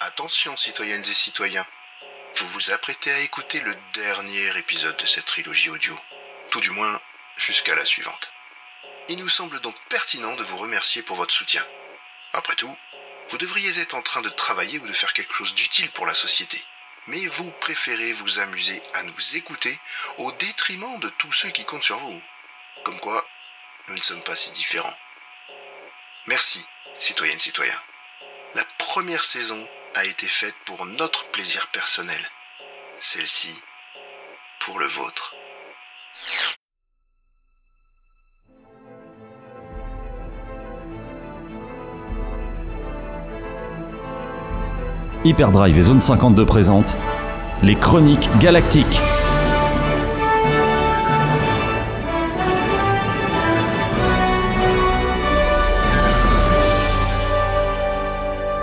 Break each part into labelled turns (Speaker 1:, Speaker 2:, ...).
Speaker 1: Attention, citoyennes et citoyens. Vous vous apprêtez à écouter le dernier épisode de cette trilogie audio. Tout du moins, jusqu'à la suivante. Il nous semble donc pertinent de vous remercier pour votre soutien. Après tout, vous devriez être en train de travailler ou de faire quelque chose d'utile pour la société. Mais vous préférez vous amuser à nous écouter au détriment de tous ceux qui comptent sur vous. Comme quoi, nous ne sommes pas si différents. Merci, citoyennes, citoyens. La première saison a été faite pour notre plaisir personnel. Celle-ci, pour le vôtre.
Speaker 2: Hyperdrive et Zone 52 présentent les Chroniques Galactiques.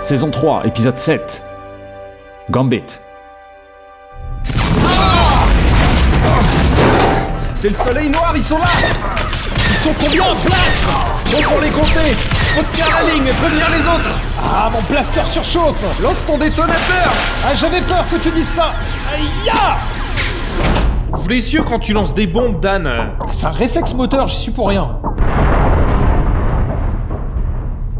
Speaker 2: Saison 3, épisode 7. Gambit.
Speaker 3: C'est le soleil noir, ils sont là Ils sont combien en place Donc on les compter Faut te faire la ligne et prévenir les autres Ah, mon blaster surchauffe Lance ton détonateur Ah, j'avais peur que tu dises ça Aïe ah.
Speaker 4: Je les yeux quand tu lances des bombes, Dan. euh,
Speaker 3: C'est un réflexe moteur, j'y suis pour rien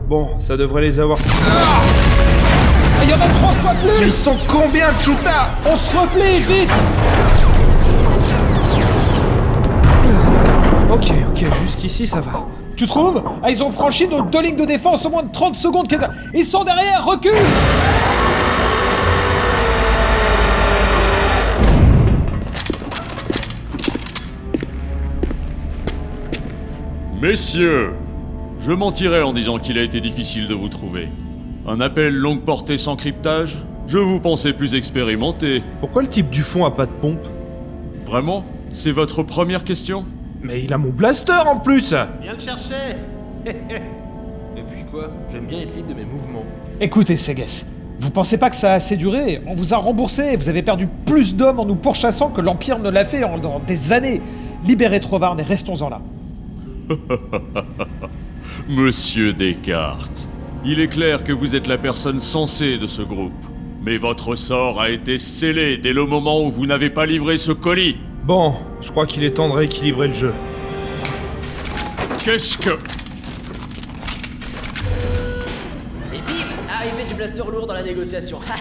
Speaker 4: Bon, ça devrait les avoir.
Speaker 3: Ah, y'en a trois fois
Speaker 4: Mais ils
Speaker 3: plus
Speaker 4: sont combien, Chuta
Speaker 3: On se replie, vite
Speaker 4: Ok, ok, jusqu'ici ça va.
Speaker 3: Tu trouves Ah, ils ont franchi nos deux lignes de défense au moins de 30 secondes qu'elles- Ils sont derrière, recule
Speaker 5: Messieurs, je mentirais en disant qu'il a été difficile de vous trouver. Un appel longue portée sans cryptage Je vous pensais plus expérimenté.
Speaker 4: Pourquoi le type du fond a pas de pompe
Speaker 5: Vraiment C'est votre première question
Speaker 4: Mais il a mon blaster en plus
Speaker 6: Viens le chercher Et puis quoi J'aime bien être libre de mes mouvements.
Speaker 3: Écoutez, Seges, vous pensez pas que ça a assez duré On vous a remboursé, vous avez perdu plus d'hommes en nous pourchassant que l'Empire ne l'a fait en, dans des années. Libérez Trovarne et restons-en là.
Speaker 5: Monsieur Descartes, il est clair que vous êtes la personne sensée de ce groupe. Mais votre sort a été scellé dès le moment où vous n'avez pas livré ce colis.
Speaker 4: Bon, je crois qu'il est temps de rééquilibrer le jeu.
Speaker 5: Qu'est-ce que...
Speaker 7: Et bim Arrivée du blaster lourd dans la négociation. Ha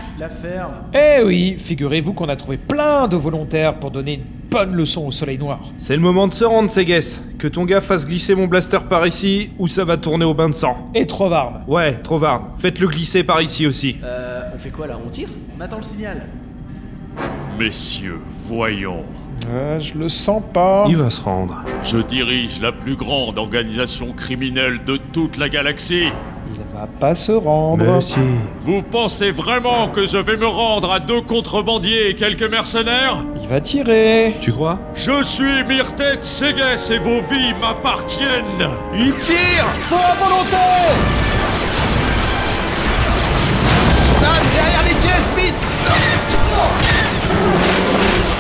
Speaker 3: Eh oui, figurez-vous qu'on a trouvé plein de volontaires pour donner une bonne leçon au Soleil Noir.
Speaker 4: C'est le moment de se rendre, Seges. Que ton gars fasse glisser mon blaster par ici, ou ça va tourner au bain de sang.
Speaker 3: Et Trovarne.
Speaker 4: Ouais, Trovard, faites-le glisser par ici aussi.
Speaker 7: euh, on fait quoi là On tire
Speaker 5: Messieurs, voyons.
Speaker 3: je le sens pas.
Speaker 4: Il va se rendre.
Speaker 5: Je dirige la plus grande organisation criminelle de toute la galaxie.
Speaker 3: Il va pas se rendre.
Speaker 4: Mais si.
Speaker 5: Vous pensez vraiment que je vais me rendre à deux contrebandiers et quelques mercenaires
Speaker 3: Il va tirer.
Speaker 4: Tu crois
Speaker 5: Je suis Myrtet Seges et vos vies m'appartiennent
Speaker 4: Il tire
Speaker 3: Faut la volonté
Speaker 4: Dan, derrière les pièces, vite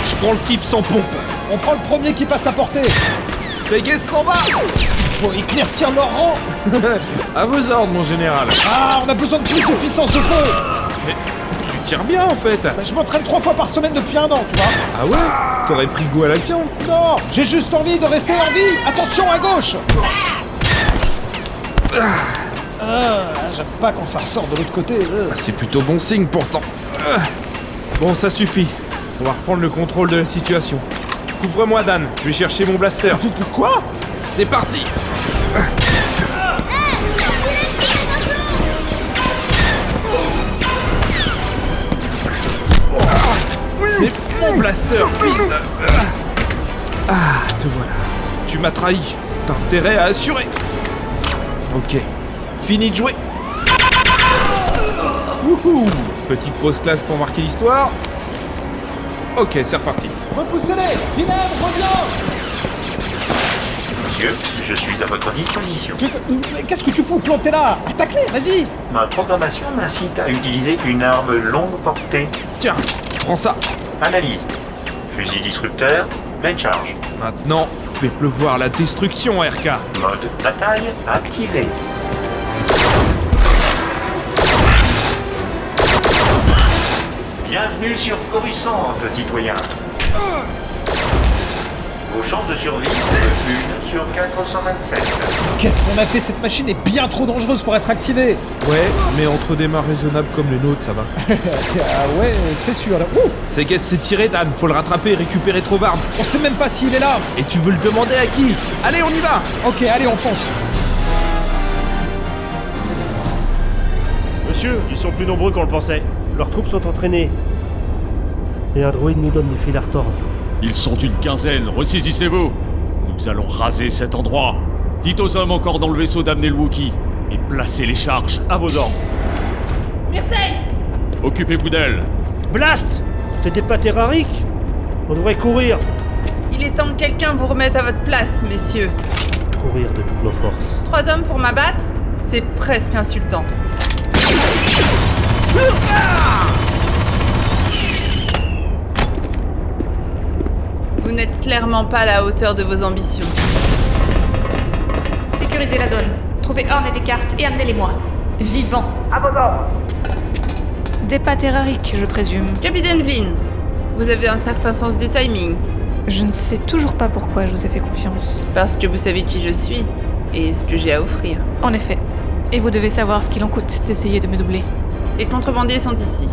Speaker 4: Je prends le type sans pompe.
Speaker 3: On prend le premier qui passe à portée.
Speaker 4: Seges s'en va
Speaker 3: Faut éclaircir leur rang.
Speaker 4: À vos ordres, mon général.
Speaker 3: Ah, on a besoin de plus de puissance de feu.
Speaker 4: Tu tires bien, en fait.
Speaker 3: Bah, je m'entraîne trois fois par semaine depuis un an, tu vois.
Speaker 4: Ah ouais T'aurais pris goût à l'action.
Speaker 3: Non, j'ai juste envie de rester en vie. Attention à gauche. Ah, J'aime pas quand ça ressort de l'autre côté. euh.
Speaker 4: Ah, C'est plutôt bon signe, pourtant. Ah. Bon, ça suffit. On va reprendre le contrôle de la situation. Couvre-moi, Dan. Je vais chercher mon blaster.
Speaker 3: Que- que- Quoi
Speaker 4: C'est parti C'est mon blaster, fils de... Ah, te voilà. Tu m'as trahi. T'as intérêt à assurer. Ok. Fini de jouer. Wouhou Petite pause classe pour marquer l'histoire. Ok, c'est reparti.
Speaker 3: Repoussez-les Vilaine, reviens
Speaker 8: Monsieur, je suis à votre disposition.
Speaker 3: Que- mais Qu'est-ce que tu fous planté là Attaque-les, vas-y
Speaker 8: Ma programmation m'incite à utiliser une arme longue portée.
Speaker 4: Tiens, prends ça.
Speaker 8: Analyse. Fusil disrupteur, main charge.
Speaker 4: Maintenant, fais pleuvoir la destruction, RK.
Speaker 8: Mode bataille activé. bienvenue sur Coruscant, citoyens. Vos chances de survie sont de 1 sur 427.
Speaker 3: Qu'est-ce qu'on a fait Cette machine est bien trop dangereuse pour être activée
Speaker 4: Ouais, mais entre des mains raisonnables comme les nôtres, ça va.
Speaker 3: Ah ouais, c'est sûr. Là. Ouh
Speaker 4: C'est qu'elle s'est tirée, Dan. Faut le rattraper et récupérer Trovard.
Speaker 3: On sait même pas s'il est là
Speaker 4: Et tu veux le demander à qui Allez, on y va
Speaker 3: Ok, allez, on fonce
Speaker 9: Monsieur, ils sont plus nombreux qu'on le pensait.
Speaker 10: Leurs troupes sont entraînées. Et un droïde nous donne du fil à retordre.
Speaker 5: Ils sont une quinzaine, ressaisissez-vous Nous allons raser cet endroit Dites aux hommes encore dans le vaisseau d'amener le Wookie et placez les charges
Speaker 9: À vos ordres.
Speaker 7: Murtate
Speaker 5: Occupez-vous d'elles
Speaker 10: Blast C'était pas Terraric On devrait courir
Speaker 11: Il est temps que quelqu'un vous remette à votre place, messieurs.
Speaker 10: Courir de toutes nos forces.
Speaker 11: Trois hommes pour m'abattre C'est presque insultant. Vous n'êtes clairement pas à la hauteur de vos ambitions.
Speaker 12: Sécurisez la zone. Trouvez Horn et Descartes et amenez-les-moi. Vivants. Des pas terrariques, je présume.
Speaker 11: Capitaine Vin, vous avez un certain sens du timing,
Speaker 12: Je ne sais toujours pas pourquoi je vous ai fait confiance.
Speaker 11: parce que vous savez qui je suis et ce que j'ai à offrir.
Speaker 12: En effet. Et vous devez savoir ce qu'il en coûte d'essayer de me doubler.
Speaker 11: Les contrebandiers sont ici,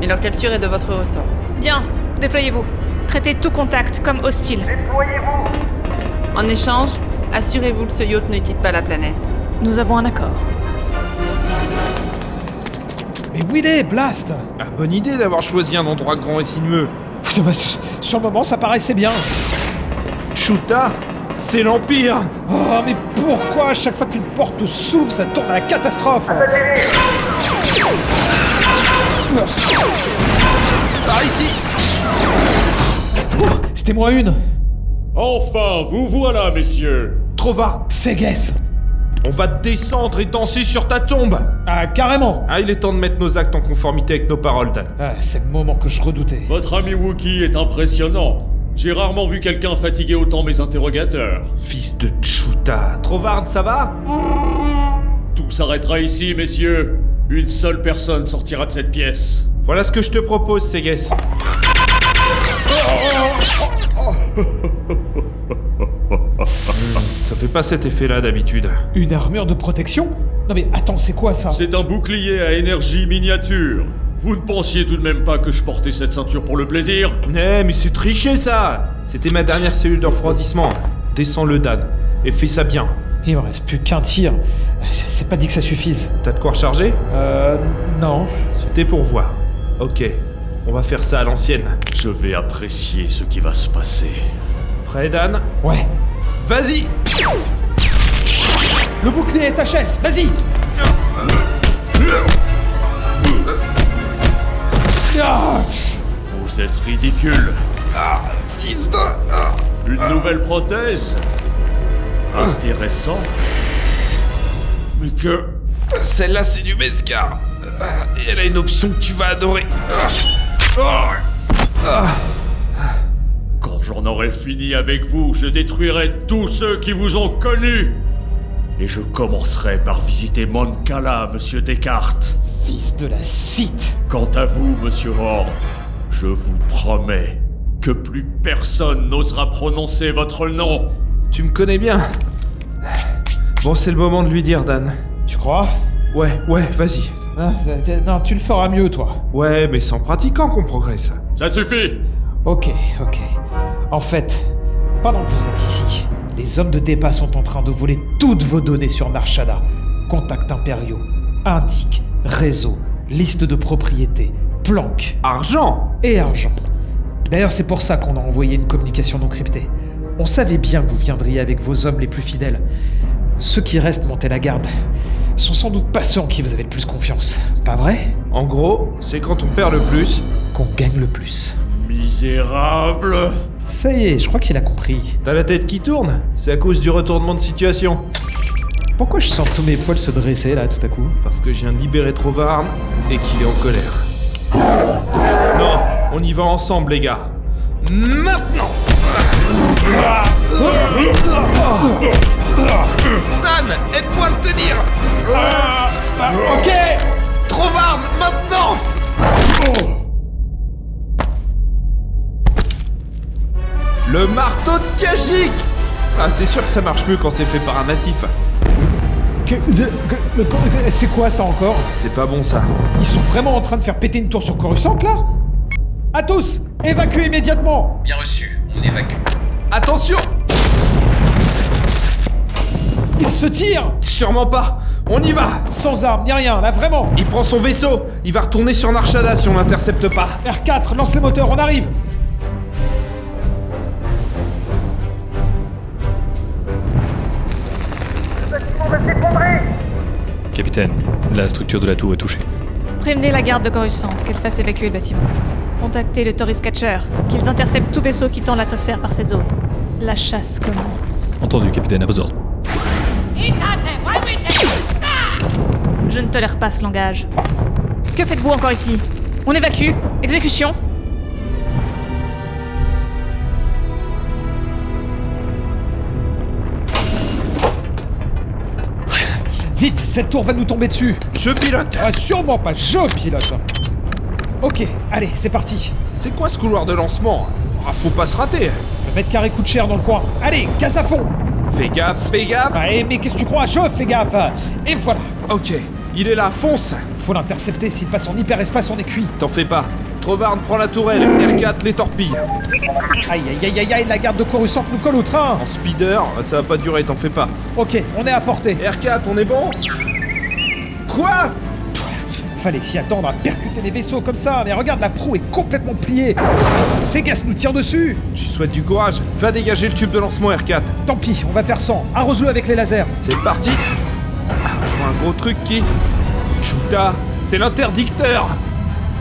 Speaker 11: mais leur capture est de votre ressort.
Speaker 12: Bien, déployez-vous. Traitez tout contact comme hostile.
Speaker 11: En échange, assurez-vous que ce yacht ne quitte pas la planète.
Speaker 12: Nous avons un accord.
Speaker 3: Mais oui, des Blast
Speaker 4: Ah, bonne idée d'avoir choisi un endroit grand et sinueux.
Speaker 3: Putain, bah, sur- Sur le moment, ça paraissait bien
Speaker 4: Chuta C'est l'Empire
Speaker 3: Oh, mais pourquoi à chaque fois qu'une porte s'ouvre, ça tourne à la catastrophe
Speaker 4: Par ici
Speaker 3: Ouh, C'était moi une
Speaker 5: Enfin, vous voilà, messieurs
Speaker 4: Trova
Speaker 3: C'est Guess
Speaker 4: On va te descendre et danser sur ta tombe
Speaker 3: Ah, carrément
Speaker 4: Ah, il est temps de mettre nos actes en conformité avec nos paroles, Dan.
Speaker 3: ah, C'est le moment que je redoutais.
Speaker 5: Votre ami Wookie est impressionnant. J'ai rarement vu quelqu'un fatiguer autant mes interrogateurs.
Speaker 4: Fils de Chuta Trovard, ça va
Speaker 5: Tout s'arrêtera ici, messieurs. Une seule personne sortira de cette pièce.
Speaker 4: Voilà ce que je te propose, Seges. Ça fait pas cet effet-là d'habitude.
Speaker 3: Une armure de protection Non mais attends, c'est quoi ça
Speaker 5: C'est un bouclier à énergie miniature. Vous ne pensiez tout de même pas que je portais cette ceinture pour le plaisir
Speaker 4: Eh, mais c'est triché ça C'était ma dernière cellule de refroidissement. Descends le Dan. Et fais ça bien.
Speaker 3: Il me reste plus qu'un tir. C'est pas dit que ça suffise.
Speaker 4: T'as de quoi recharger
Speaker 3: Euh... Non.
Speaker 4: C'était pour voir. Ok. On va faire ça à l'ancienne.
Speaker 5: Je vais apprécier ce qui va se passer.
Speaker 4: Prêt, Dan
Speaker 3: Ouais.
Speaker 4: Vas-y
Speaker 3: Le bouclier est HS, vas-y Ah, tu-
Speaker 5: Vous êtes ridicule. Une nouvelle prothèse Intéressant. Mais que...
Speaker 4: Celle-là, c'est du mescar. Et elle a une option que tu vas adorer. Ah. Oh.
Speaker 5: Quand j'en aurai fini avec vous, je détruirai tous ceux qui vous ont connu Et je commencerai par visiter Moncala, monsieur Descartes.
Speaker 3: Fils de la cite
Speaker 5: Quant à vous, monsieur Horn, je vous promets que plus personne n'osera prononcer votre nom.
Speaker 4: Tu me connais bien. Bon, c'est le moment de lui dire, Dan.
Speaker 3: Tu crois
Speaker 4: Ouais, ouais, vas-y.
Speaker 3: Hein, ça- ça- Non, tu le feras mieux, toi.
Speaker 4: Ouais, mais c'est en pratiquant qu'on progresse.
Speaker 5: Ça suffit
Speaker 3: Ok, ok. En fait, pendant que vous êtes ici, les hommes de débat sont en train de voler toutes vos données sur Narshada. Contacts impériaux, indiques, réseaux, liste de propriétés, planques
Speaker 4: Argent
Speaker 3: et argent. D'ailleurs, c'est pour ça qu'on a envoyé une communication non cryptée. On savait bien que vous viendriez avec vos hommes les plus fidèles. Ceux qui restent montés la garde sont sans doute pas ceux en qui vous avez le plus confiance. Pas vrai
Speaker 4: En gros, c'est quand on perd le plus.
Speaker 3: Qu'on gagne le plus.
Speaker 5: Misérable
Speaker 3: Ça y est, je crois qu'il a compris.
Speaker 4: T'as la tête qui tourne C'est à cause du retournement de situation.
Speaker 3: Pourquoi je sens tous mes poils se dresser là tout à coup
Speaker 4: Parce que j'ai un libéré Trovarne et qu'il est en colère. Non, on y va ensemble, les gars. Maintenant Dan, aide-moi à le tenir
Speaker 3: Ok
Speaker 4: Trovarne, maintenant Le marteau de Kajik Ah, c'est sûr que ça marche mieux quand c'est fait par un natif.
Speaker 3: Que- de- que- que- C'est quoi ça encore
Speaker 4: C'est pas bon ça.
Speaker 3: Ils sont vraiment en train de faire péter une tour sur Coruscant là À tous Évacuez immédiatement
Speaker 13: Bien reçu, on évacue.
Speaker 4: Attention
Speaker 3: Il se tire
Speaker 4: Sûrement pas On y va
Speaker 3: Sans armes, ni rien, là vraiment
Speaker 4: Il prend son vaisseau Il va retourner sur Narshada si on l'intercepte pas
Speaker 3: R4, lance les moteurs, on arrive
Speaker 14: Capitaine, la structure de la tour est touchée.
Speaker 12: Prévenez la garde de Coruscant qu'elle fasse évacuer le bâtiment. Contactez le Tourist Catcher, qu'ils interceptent tout vaisseau quittant l'atmosphère par cette zone. La chasse commence.
Speaker 14: Entendu, capitaine, à vos ordres.
Speaker 12: Je ne tolère pas ce langage. Que faites-vous encore ici On évacue Exécution
Speaker 3: Vite, cette tour va nous tomber dessus
Speaker 4: Je pilote
Speaker 3: Ouais, sûrement pas, je pilote Ok, allez, c'est parti
Speaker 4: C'est quoi ce couloir de lancement Ah, Faut pas se rater
Speaker 3: Le mètre carré coûte cher dans le coin Allez, casse à fond
Speaker 4: Fais gaffe, fais gaffe
Speaker 3: Ouais, mais qu'est-ce que tu crois Je fais gaffe Et voilà
Speaker 4: Ok, il est là, fonce
Speaker 3: Faut l'intercepter, s'il passe en hyperespace, on est cuit
Speaker 4: T'en fais pas Trovarne prend la tourelle, R4 les torpilles
Speaker 3: Aïe aïe aïe aïe aïe, la garde de Coruscant nous colle au train
Speaker 4: En speeder, ça va pas durer, t'en fais pas
Speaker 3: Ok, on est à portée
Speaker 4: R4, on est bon Quoi
Speaker 3: Fallait s'y attendre à percuter des vaisseaux comme ça, mais regarde, la proue est complètement pliée Segas nous tire dessus
Speaker 4: Je te souhaite du courage Va dégager le tube de lancement R4
Speaker 3: Tant pis, on va faire 100. Arrose-le avec les lasers.
Speaker 4: C'est parti Ah, Je vois un gros truc qui... Chuta, c'est l'interdicteur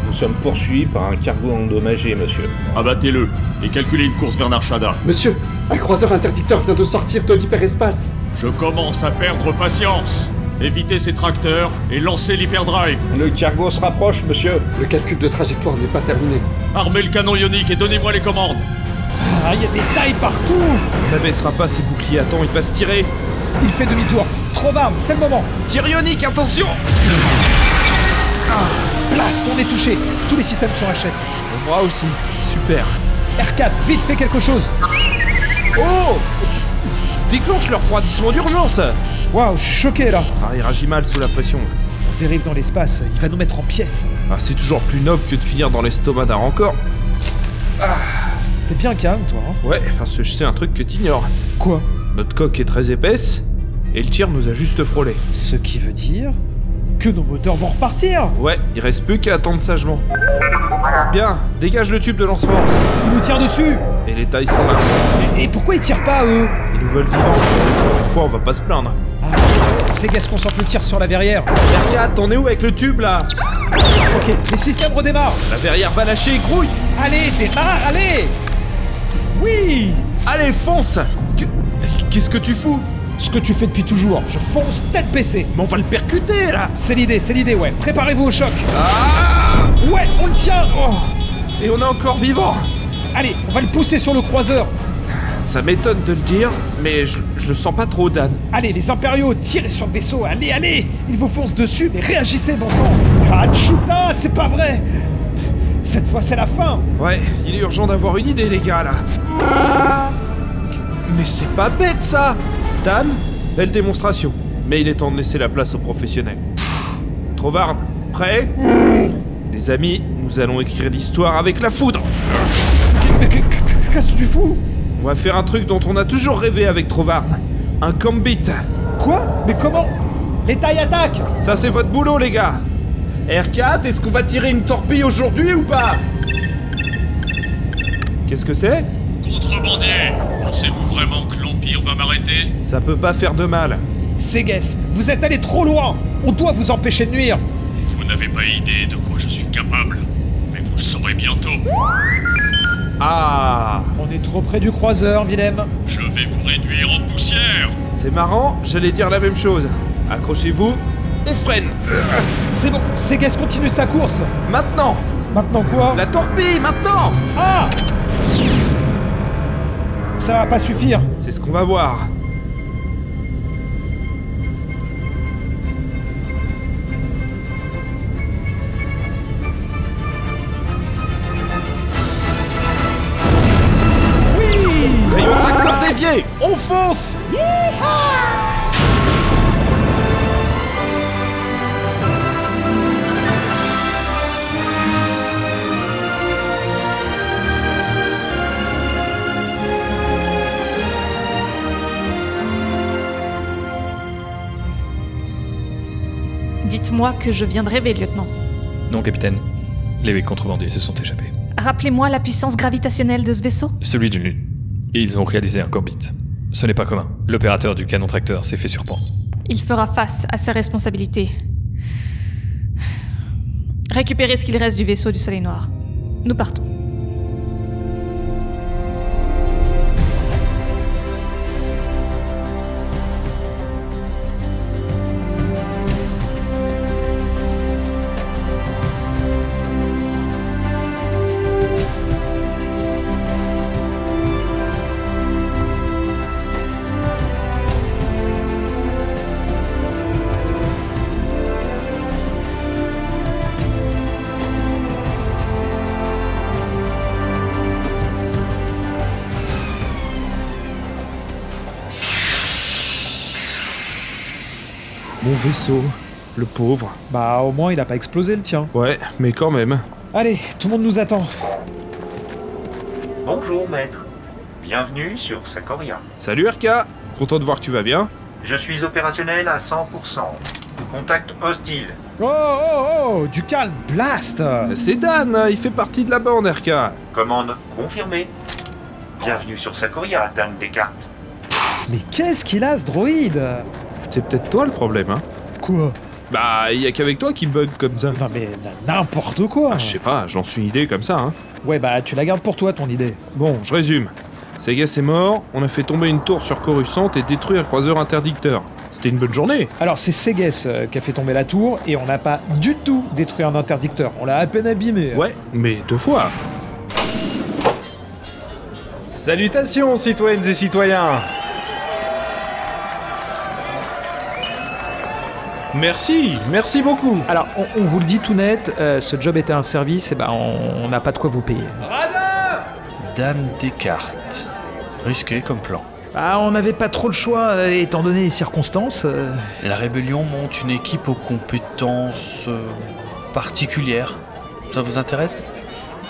Speaker 15: Nous sommes poursuivis par un cargo endommagé, monsieur.
Speaker 5: Abattez-le et calculez une course vers Narshada.
Speaker 16: Monsieur, un croiseur interdicteur vient de sortir de l'hyperespace.
Speaker 5: Je commence à perdre patience. Évitez ces tracteurs et lancez l'hyperdrive.
Speaker 15: Le cargo se rapproche, monsieur.
Speaker 16: Le calcul de trajectoire n'est pas terminé.
Speaker 5: Armez le canon ionique et donnez-moi les commandes.
Speaker 3: Ah, il y a des tailles partout
Speaker 4: On n'abaissera pas ses boucliers à temps, il va se tirer
Speaker 3: Il fait demi-tour. Trovarne, c'est le moment.
Speaker 4: Tir ionique, attention
Speaker 3: Blast, on est touché. Tous les systèmes sont HS.
Speaker 4: Moi aussi. Super.
Speaker 3: R4, vite, fais quelque chose.
Speaker 4: Oh Déclenche le refroidissement d'urgence
Speaker 3: Waouh, je suis choqué là.
Speaker 4: Ah, il réagit mal sous la pression.
Speaker 3: On dérive dans l'espace, il va nous mettre en pièces.
Speaker 4: Ah, c'est toujours plus noble que de finir dans l'estomac d'un rancor.
Speaker 3: T'es bien calme, toi. hein.
Speaker 4: Ouais, parce que je sais un truc que t'ignores.
Speaker 3: Quoi
Speaker 4: Notre coque est très épaisse, et le tir nous a juste frôlé.
Speaker 3: Ce qui veut dire que nos moteurs vont repartir.
Speaker 4: Ouais, il reste plus qu'à attendre sagement. Bien, dégage le tube de lancement.
Speaker 3: Ils nous tirent dessus.
Speaker 4: Et les tailles sont là.
Speaker 3: Et, et pourquoi ils tirent pas, eux
Speaker 4: Ils nous veulent vivants. Une fois, on va pas se plaindre.
Speaker 3: Ah, Segas concentre le tir sur la verrière.
Speaker 4: R4, on est où avec le tube là
Speaker 3: Ok, les systèmes redémarrent.
Speaker 4: La verrière va lâcher, grouille
Speaker 3: Allez, démarre, allez Oui
Speaker 4: Allez, fonce Que- Qu'est-ce que tu fous
Speaker 3: Ce que tu fais depuis toujours, je fonce tête baissée.
Speaker 4: Mais on va le percuter là
Speaker 3: C'est l'idée, c'est l'idée, ouais. Préparez-vous au choc.
Speaker 4: Ah
Speaker 3: Ouais, on le tient oh.
Speaker 4: Et on est encore vivant
Speaker 3: Allez, on va le pousser sur le croiseur.
Speaker 4: Ça m'étonne de le dire, mais je, je le sens pas trop, Dan.
Speaker 3: Allez, les impériaux, tirez sur le vaisseau, allez, allez Ils vous foncent dessus, mais réagissez, bon sang Ah, Chuta, c'est pas vrai Cette fois, c'est la fin
Speaker 4: Ouais, il est urgent d'avoir une idée, les gars, là. Mais c'est pas bête, ça Dan, belle démonstration. Mais il est temps de laisser la place aux professionnels. Trovarne, prêt Les amis, nous allons écrire l'histoire avec la foudre
Speaker 3: Mais qu- qu- qu'est-ce que tu fous
Speaker 4: On va faire un truc dont on a toujours rêvé avec Trovarne. Un combit.
Speaker 3: Quoi Mais comment Les tailles attaquent
Speaker 4: Ça, c'est votre boulot, les gars. R4, est-ce qu'on va tirer une torpille aujourd'hui ou pas Qu'est-ce que c'est
Speaker 5: Contrebandier, pensez-vous vraiment que l'Empire va m'arrêter
Speaker 4: Ça peut pas faire de mal.
Speaker 3: Seges, vous êtes allé trop loin On doit vous empêcher de nuire
Speaker 5: Vous n'avez pas idée de quoi je suis capable, mais vous le saurez bientôt.
Speaker 4: Ah
Speaker 3: On est trop près du croiseur, Willem.
Speaker 5: Je vais vous réduire en poussière.
Speaker 4: C'est marrant, j'allais dire la même chose. Accrochez-vous et freine.
Speaker 3: C'est bon, Seges continue sa course
Speaker 4: Maintenant
Speaker 3: Maintenant quoi
Speaker 4: La torpille, maintenant
Speaker 3: Ah Ça va pas suffire
Speaker 4: C'est ce qu'on va voir.
Speaker 3: Oui
Speaker 4: Allez, on fonce
Speaker 12: Dites-moi que je viens de rêver, lieutenant.
Speaker 14: Non, capitaine. Les huit contrebandiers se sont échappés.
Speaker 12: Rappelez-moi la puissance gravitationnelle de ce vaisseau.
Speaker 14: Celui d'une lune. Et ils ont réalisé un corbit. Ce n'est pas commun. L'opérateur du canon tracteur s'est fait surprendre.
Speaker 12: Il fera face à ses responsabilités. Récupérez ce qu'il reste du vaisseau du Soleil Noir. Nous partons.
Speaker 4: Mon vaisseau, le pauvre.
Speaker 3: Bah, au moins, il a pas explosé le tien.
Speaker 4: Ouais, mais quand même.
Speaker 3: Allez, tout le monde nous attend.
Speaker 8: Bonjour maître. Bienvenue sur Sakoria.
Speaker 4: Salut RK Content de voir que tu vas bien.
Speaker 8: Je suis opérationnel à 100%. Contact hostile.
Speaker 3: Oh, oh, oh, du calme, blast
Speaker 4: C'est Dan, hein, il fait partie de la bande RK.
Speaker 8: Commande confirmée. Bienvenue sur Sakoria, Dan Descartes.
Speaker 3: Mais qu'est-ce qu'il a, ce droïde
Speaker 4: C'est peut-être toi le problème, hein
Speaker 3: Quoi
Speaker 4: Bah, il y a qu'avec toi qui bug comme ça.
Speaker 3: Non mais là, n'importe quoi
Speaker 4: Ah, je sais pas, j'en suis une idée comme ça, hein.
Speaker 3: Ouais, bah, tu la gardes pour toi, ton idée.
Speaker 4: Bon, je résume. Sega est mort, on a fait tomber une tour sur Coruscant et détruit un croiseur interdicteur. C'était une bonne journée.
Speaker 3: Alors, c'est Segues euh, qui a fait tomber la tour, et on n'a pas du tout détruit un interdicteur. On l'a à peine abîmé. euh.
Speaker 4: Ouais, mais deux fois.
Speaker 13: Salutations, citoyennes et citoyens Merci, merci beaucoup
Speaker 3: Alors, on, on vous le dit tout net, euh, ce job était un service, et bah, on on n'a pas de quoi vous payer.
Speaker 13: Dan Descartes. Risqué comme plan.
Speaker 3: Bah, on n'avait pas trop le choix, euh, étant donné les circonstances. euh.
Speaker 13: La rébellion monte une équipe aux compétences euh, particulières. Ça vous intéresse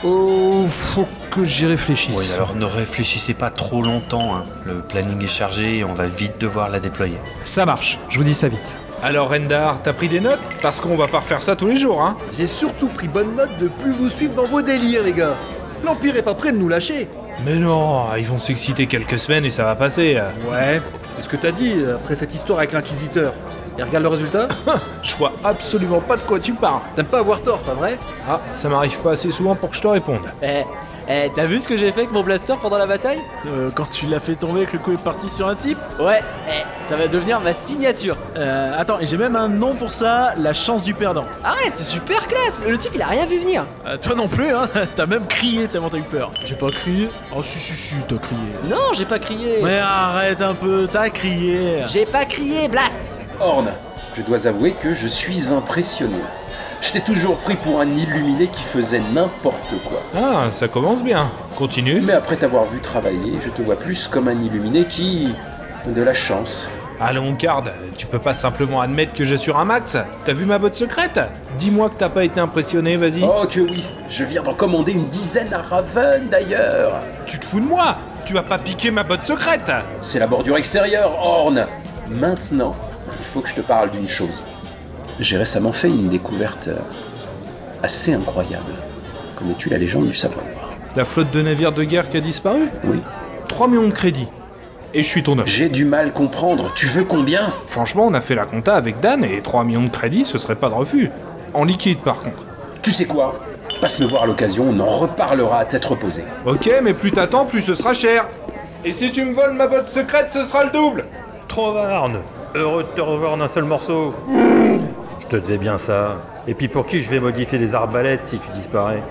Speaker 3: Oh, faut que j'y réfléchisse.
Speaker 13: Oui, alors ne réfléchissez pas trop longtemps. hein. Le planning est chargé et on va vite devoir la déployer.
Speaker 3: Ça marche, je vous dis ça vite.
Speaker 13: Alors Rendar, t'as pris des notes Parce qu'on va pas refaire ça tous les jours, hein
Speaker 17: J'ai surtout pris bonne note de plus vous suivre dans vos délires, les gars. L'Empire est pas prêt de nous lâcher.
Speaker 13: Mais non, ils vont s'exciter quelques semaines et ça va passer.
Speaker 17: Ouais, c'est ce que t'as dit euh, après cette histoire avec l'Inquisiteur. Et regarde le résultat.
Speaker 13: Je vois absolument pas de quoi tu parles.
Speaker 17: T'aimes pas avoir tort, pas vrai
Speaker 13: Ah, ça m'arrive pas assez souvent pour que je te réponde.
Speaker 7: Eh, eh, t'as vu ce que j'ai fait avec mon blaster pendant la bataille
Speaker 18: quand tu l'as fait tomber et que le coup est parti sur un type
Speaker 7: Ouais, eh, ça va devenir ma signature.
Speaker 18: Euh, Attends, et j'ai même un nom pour ça, la chance du perdant.
Speaker 7: Arrête, c'est super classe Le type, il a rien vu venir
Speaker 18: Euh, toi non plus, hein T'as même crié tellement t'as eu peur. J'ai pas crié Oh si si si, t'as crié.
Speaker 7: Non, j'ai pas crié
Speaker 18: Mais arrête un peu, t'as crié.
Speaker 7: J'ai pas crié, Blast
Speaker 19: Horn, je dois avouer que je suis impressionné. Je t'ai toujours pris pour un illuminé qui faisait n'importe quoi.
Speaker 13: Ah, ça commence bien. Continue.
Speaker 19: Mais après t'avoir vu travailler, je te vois plus comme un illuminé qui... a de la chance.
Speaker 13: Allons, garde, tu peux pas simplement admettre que je suis un max. T'as vu ma botte secrète Dis-moi que t'as pas été impressionné, vas-y.
Speaker 19: Oh que oui, je viens d'en commander une dizaine à Raven d'ailleurs.
Speaker 13: Tu te fous de moi Tu vas pas piquer ma botte secrète
Speaker 19: C'est la bordure extérieure, Horn. Maintenant, il faut que je te parle d'une chose. J'ai récemment fait une découverte euh, assez incroyable. Connais-tu la légende du sabre noir
Speaker 4: La flotte de navires de guerre qui a disparu
Speaker 19: Oui.
Speaker 4: 3 millions de crédits. Et je suis ton homme.
Speaker 19: J'ai du mal comprendre. Tu veux combien
Speaker 4: Franchement, on a fait la compta avec Dan et 3 millions de crédits, ce serait pas de refus. En liquide par contre.
Speaker 19: Tu sais quoi Passe me voir à l'occasion, on en reparlera à tête reposée.
Speaker 13: Ok, mais plus t'attends, plus ce sera cher. Et si tu me voles ma botte secrète, ce sera le double
Speaker 20: Trovarne Heureux de te revoir en un seul morceau Je te devais bien ça. Et puis pour qui je vais modifier les arbalètes si tu disparais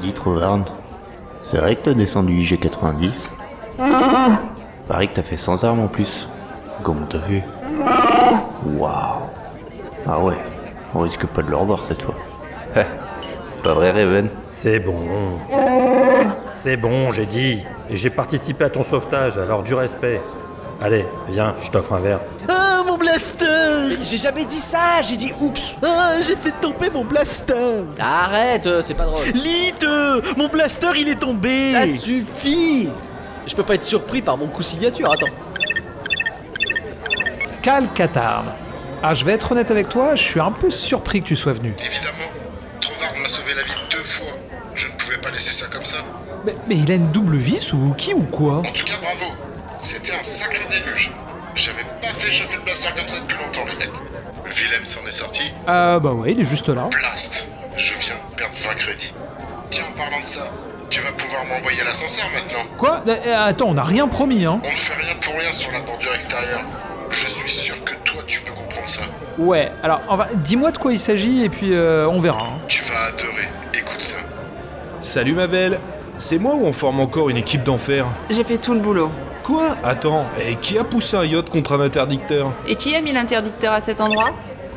Speaker 21: Dis Trovarne, c'est vrai que t'as descendu IG90 Pareil que t'as fait sans armes en plus. Comment t'as vu Waouh Ah ouais, on risque pas de le revoir cette fois. Heh,
Speaker 22: Pas vrai, Raven
Speaker 19: C'est bon. C'est bon, j'ai dit. Et j'ai participé à ton sauvetage, alors du respect. Allez, viens, je t'offre un verre.
Speaker 23: Ah, mon blaster J'ai jamais dit ça, j'ai dit oups Ah, j'ai fait tomber mon blaster
Speaker 24: Arrête, euh, c'est pas drôle.
Speaker 23: Lite euh, Mon blaster, il est tombé
Speaker 24: Ça suffit Je peux pas être surpris par mon coup signature, attends.
Speaker 3: Cal Catarne. Ah, je vais être honnête avec toi, je suis un peu surpris que tu sois venu.
Speaker 1: Évidemment, Trovard m'a sauvé la vie deux fois. Je ne pouvais pas laisser ça comme ça.
Speaker 3: Mais, mais il a une double vie, ce Wookie ou quoi
Speaker 1: En tout cas, bravo. C'était un sacré déluge. J'avais pas fait chauffer le blaster comme ça depuis longtemps, les mecs. Willem s'en est sorti.
Speaker 3: Ah, bah ouais, il est juste là.
Speaker 1: Blast, je viens de perdre 20 crédits. Tiens, en parlant de ça, tu vas pouvoir m'envoyer à l'ascenseur maintenant.
Speaker 3: Quoi Eh, Attends, on n'a rien promis, hein
Speaker 1: On ne fait rien pour rien sur la bordure extérieure. Je suis sûr que toi, tu peux comprendre ça.
Speaker 3: Ouais, alors, enfin, dis-moi de quoi il s'agit et puis euh, on verra. hein.
Speaker 1: Tu vas adorer. Écoute ça.
Speaker 4: Salut ma belle. C'est moi ou on forme encore une équipe d'enfer
Speaker 11: J'ai fait tout le boulot.
Speaker 4: Quoi Attends, et qui a poussé un yacht contre un interdicteur
Speaker 11: Et qui a mis l'interdicteur à cet endroit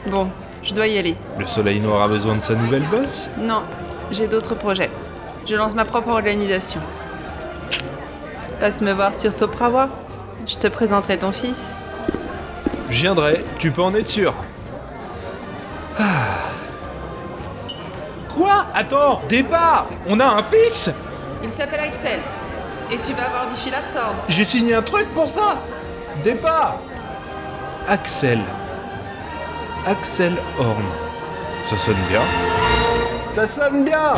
Speaker 11: Bon, je dois y aller.
Speaker 4: Le soleil noir a besoin de sa nouvelle bosse
Speaker 11: Non, j'ai d'autres projets. Je lance ma propre organisation. Passe me voir sur Toprawa. Je te présenterai ton fils.
Speaker 4: Je viendrai, tu peux en être sûr. Ah. Quoi Attends, départ On a un fils
Speaker 11: Il s'appelle Axel. Et tu vas avoir du fil à retordre.
Speaker 4: J'ai signé un truc pour ça Départ Axel. Axel Horn. Ça sonne bien. Ça sonne bien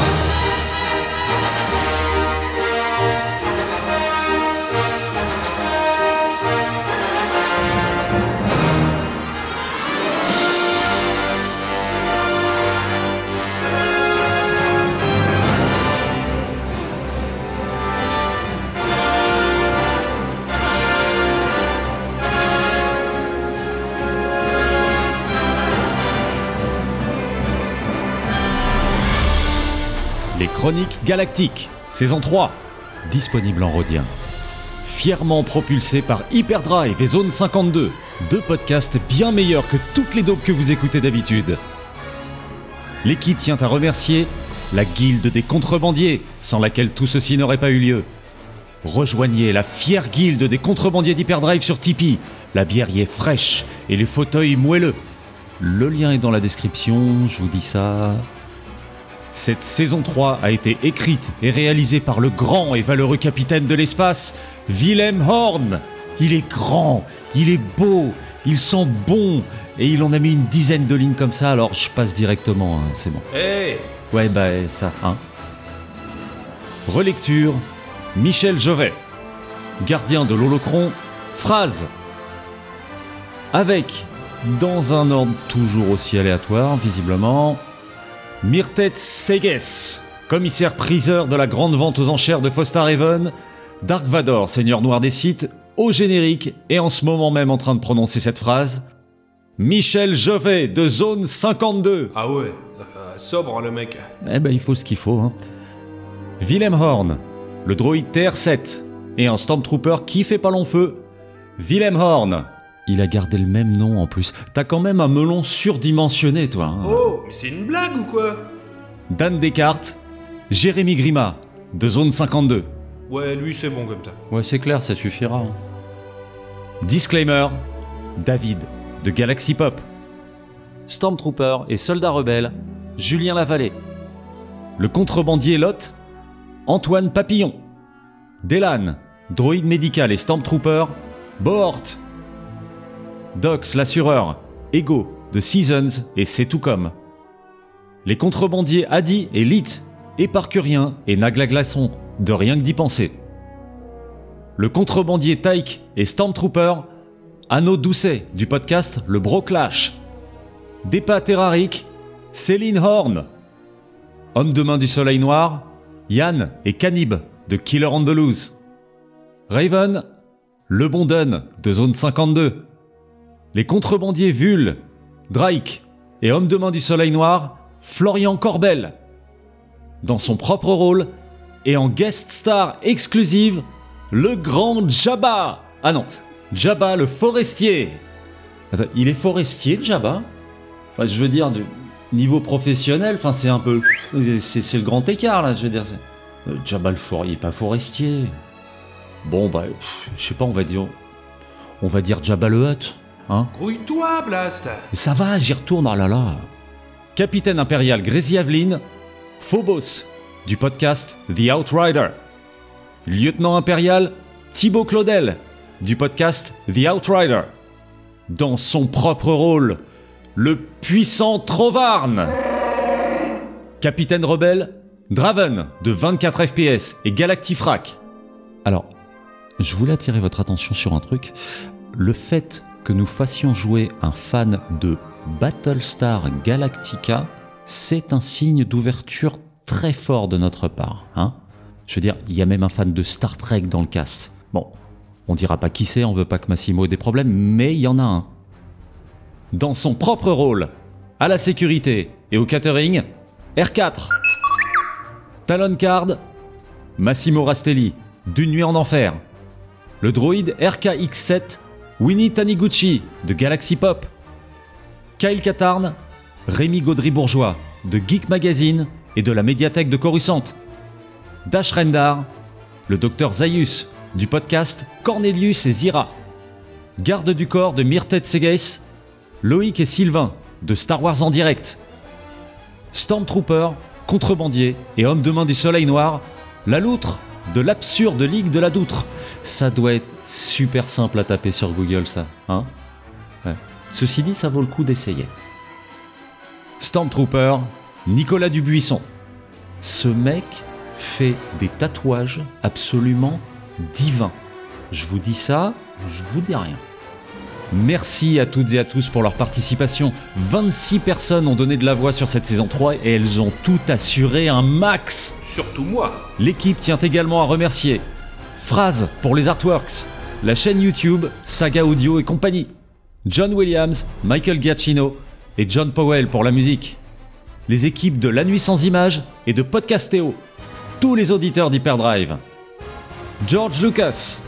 Speaker 2: Les Chroniques Galactiques, saison 3, disponible en rodien. Fièrement propulsé par Hyperdrive et Zone 52, deux podcasts bien meilleurs que toutes les daubes que vous écoutez d'habitude. L'équipe tient à remercier la Guilde des Contrebandiers, sans laquelle tout ceci n'aurait pas eu lieu. Rejoignez la fière Guilde des Contrebandiers d'Hyperdrive sur Tipeee, la bière y est fraîche et les fauteuils moelleux. Le lien est dans la description, je vous dis ça cette saison 3 a été écrite et réalisée par le grand et valeureux capitaine de l'espace, Willem Horn. Il est grand, il est beau, il sent bon, et il en a mis une dizaine de lignes comme ça, alors je passe directement, hein, c'est bon.
Speaker 4: Hey
Speaker 2: Ouais, bah eh, ça, hein. Relecture, Michel Jovet, gardien de l'Holocron, phrase. Avec, dans un ordre toujours aussi aléatoire, visiblement, Myrtet Seges, commissaire priseur de la grande vente aux enchères de Fosta Raven, Dark Vador, seigneur noir des sites, au générique et en ce moment même en train de prononcer cette phrase, Michel Jovet de Zone 52.
Speaker 4: Ah ouais, euh, sobre hein, le mec.
Speaker 2: Eh ben, il faut ce qu'il faut. Hein. Willem Horn, le droïde TR-7, et un Stormtrooper qui fait pas long feu. Willem Horn, il a gardé le même nom en plus. T'as quand même un melon surdimensionné, toi. hein.
Speaker 4: Oh, mais c'est une blague ou quoi
Speaker 2: Dan Descartes, Jérémy Grima, de Zone 52.
Speaker 4: Ouais, lui c'est bon comme ça.
Speaker 2: Ouais, c'est clair, ça suffira. hein. Disclaimer David, de Galaxy Pop. Stormtrooper et soldat rebelle, Julien Lavallée. Le contrebandier Lot, Antoine Papillon. Delan, droïde médical et Stormtrooper, Bohort. Dox, l'assureur, Ego, de Seasons et C'est tout comme. Les contrebandiers Adi et Lit, Éparcurien et Nagla Glaçon, de rien que d'y penser. Le contrebandier Tyke et Stormtrooper, Anno Doucet du podcast Le Bro Clash. Depa Terraric, Céline Horn. Homme de main du soleil noir, Yann et Canib de Killer Andalouse. Raven, Le Bonden de Zone 52. Les contrebandiers Vul, Drake et Homme de main du soleil noir, Florian Corbel dans son propre rôle et en guest star exclusive, le grand Jabba. Ah non, Jabba le forestier. Attends, il est forestier Jabba Enfin, je veux dire, du- niveau professionnel, enfin c'est un peu, c'est c'est le grand écart là, je veux dire. c'est- euh, Jabal Four, il est pas forestier. Bon bah, pff, je sais pas, on va dire, on va dire Jabal le Hutt, hein.
Speaker 13: Grouille-toi, Blast
Speaker 2: Mais ça va, j'y retourne, oh là là. Capitaine impérial Gracie Aveline, Phobos, du podcast The Outrider. Lieutenant impérial Thibaut Claudel, du podcast The Outrider. Dans son propre rôle, le puissant Trovarne. Capitaine rebelle Draven, de 24 FPS et Galactifrac. Alors, je voulais attirer votre attention sur un truc. Le fait que nous fassions jouer un fan de Battlestar Galactica, c'est un signe d'ouverture très fort de notre part. hein. je veux dire, il y a même un fan de Star Trek dans le cast. Bon, on dira pas qui c'est, on veut pas que Massimo ait des problèmes, mais il y en a un. Dans son propre rôle, à la sécurité et au catering, R4, Talon Card, Massimo Rastelli, D'une nuit en enfer. Le droïde RKX7, Winnie Taniguchi, de Galaxy Pop. Kyle Katarn, Rémi Gaudry-Bourgeois, de Geek Magazine et de la médiathèque de Coruscant. Dash Rendar, le docteur Zaius, du podcast Cornelius et Zira. Garde du corps de Myrtet Segeis, Loïc et Sylvain, de Star Wars en direct. Stormtrooper, contrebandier et homme de main du soleil noir, la loutre de l'absurde ligue de la doutre. Ça doit être super simple à taper sur Google, ça, hein Ouais. Ceci dit, ça vaut le coup d'essayer. Stormtrooper, Nicolas Dubuisson. Ce mec fait des tatouages absolument divins. Je vous dis ça, je vous dis rien. Merci à toutes et à tous pour leur participation. 26 personnes ont donné de la voix sur cette saison 3 et elles ont tout assuré un max.
Speaker 15: Surtout moi.
Speaker 2: L'équipe tient également à remercier Phrase pour les artworks, la chaîne YouTube, Saga Audio et compagnie, John Williams, Michael Giacchino et John Powell pour la musique, les équipes de La Nuit sans Images et de Podcastéo, tous les auditeurs d'Hyperdrive, George Lucas,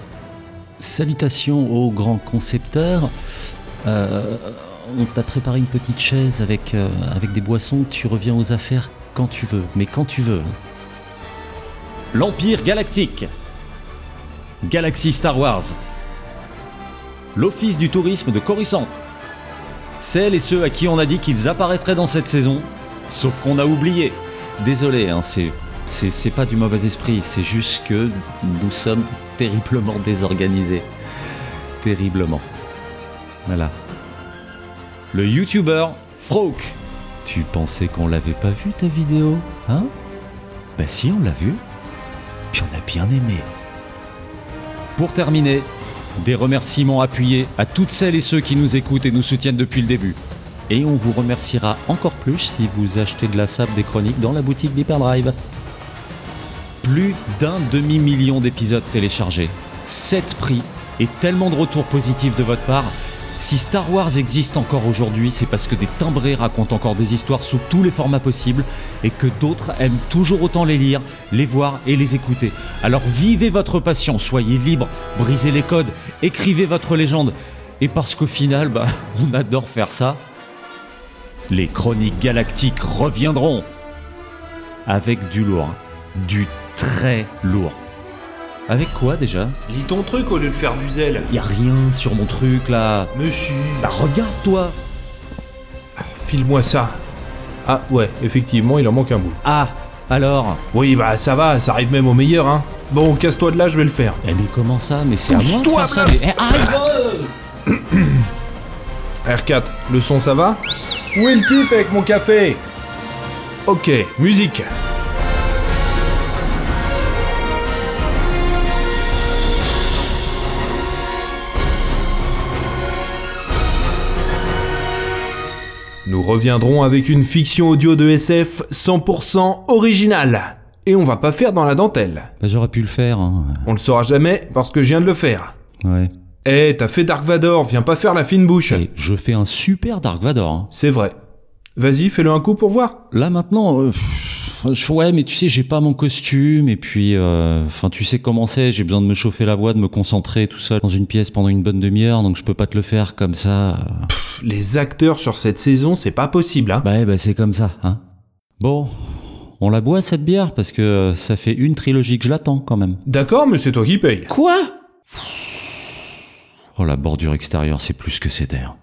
Speaker 2: Salutations au grand concepteur. Euh, on t'a préparé une petite chaise avec, euh, avec des boissons. Tu reviens aux affaires quand tu veux, mais quand tu veux. L'Empire Galactique. Galaxy Star Wars. L'Office du Tourisme de Coruscant. Celles et ceux à qui on a dit qu'ils apparaîtraient dans cette saison, sauf qu'on a oublié. Désolé, hein, c'est, c'est, c'est pas du mauvais esprit, c'est juste que nous sommes terriblement désorganisés. Terriblement. Voilà. Le YouTuber Froak. Tu pensais qu'on l'avait pas vu ta vidéo, hein Bah si, on l'a vu. Puis on a bien aimé. Pour terminer, des remerciements appuyés à toutes celles et ceux qui nous écoutent et nous soutiennent depuis le début. Et on vous remerciera encore plus si vous achetez de la sable des chroniques dans la boutique d'Hyperdrive. Plus d'un demi-million d'épisodes téléchargés, 7 prix et tellement de retours positifs de votre part. Si Star Wars existe encore aujourd'hui, c'est parce que des timbrés racontent encore des histoires sous tous les formats possibles et que d'autres aiment toujours autant les lire, les voir et les écouter. Alors vivez votre passion, soyez libre, brisez les codes, écrivez votre légende. Et parce qu'au final, bah, on adore faire ça, les chroniques galactiques reviendront avec du lourd, hein. du très lourd. Avec quoi déjà
Speaker 13: Lis ton truc au lieu de faire du zèle.
Speaker 2: Y a rien sur mon truc là.
Speaker 13: Monsieur. Ah,
Speaker 2: Bah regarde-toi.
Speaker 13: File-moi ça. Ah ouais, effectivement, il en manque un bout.
Speaker 2: Ah, alors
Speaker 13: Oui, bah ça va, ça arrive même au meilleur, hein. Bon, casse-toi de là, je vais le faire.
Speaker 2: Eh mais comment ça Mais c'est à moi de
Speaker 13: Pousse-toi,
Speaker 2: faire ça.
Speaker 13: Blast
Speaker 2: mais- Eh, arrête
Speaker 13: R4, le son ça va Où est le type avec mon café Ok, musique. Nous reviendrons avec une fiction audio de SF 100% originale. Et on va pas faire dans la dentelle.
Speaker 2: Bah j'aurais pu le faire. hein.
Speaker 13: On le saura jamais parce que je viens de le faire.
Speaker 2: Ouais.
Speaker 13: Eh, t'as fait Dark Vador, viens pas faire la fine bouche.
Speaker 2: je fais un super Dark Vador. hein.
Speaker 13: C'est vrai. Vas-y, fais-le un coup pour voir.
Speaker 2: Là maintenant, euh, pff, Enfin, je- ouais, mais tu sais, j'ai pas mon costume, et puis, euh, enfin, tu sais comment c'est, j'ai besoin de me chauffer la voix, de me concentrer tout seul dans une pièce pendant une bonne demi-heure, donc je peux pas te le faire comme ça.
Speaker 4: les acteurs sur cette saison, c'est pas possible, hein.
Speaker 2: Bah, ouais, bah, c'est comme ça, hein. Bon, on la boit cette bière, parce que euh, ça fait une trilogie que je l'attends quand même.
Speaker 4: D'accord, mais c'est toi qui paye.
Speaker 2: Quoi Oh, la bordure extérieure, c'est plus que c'est d'air.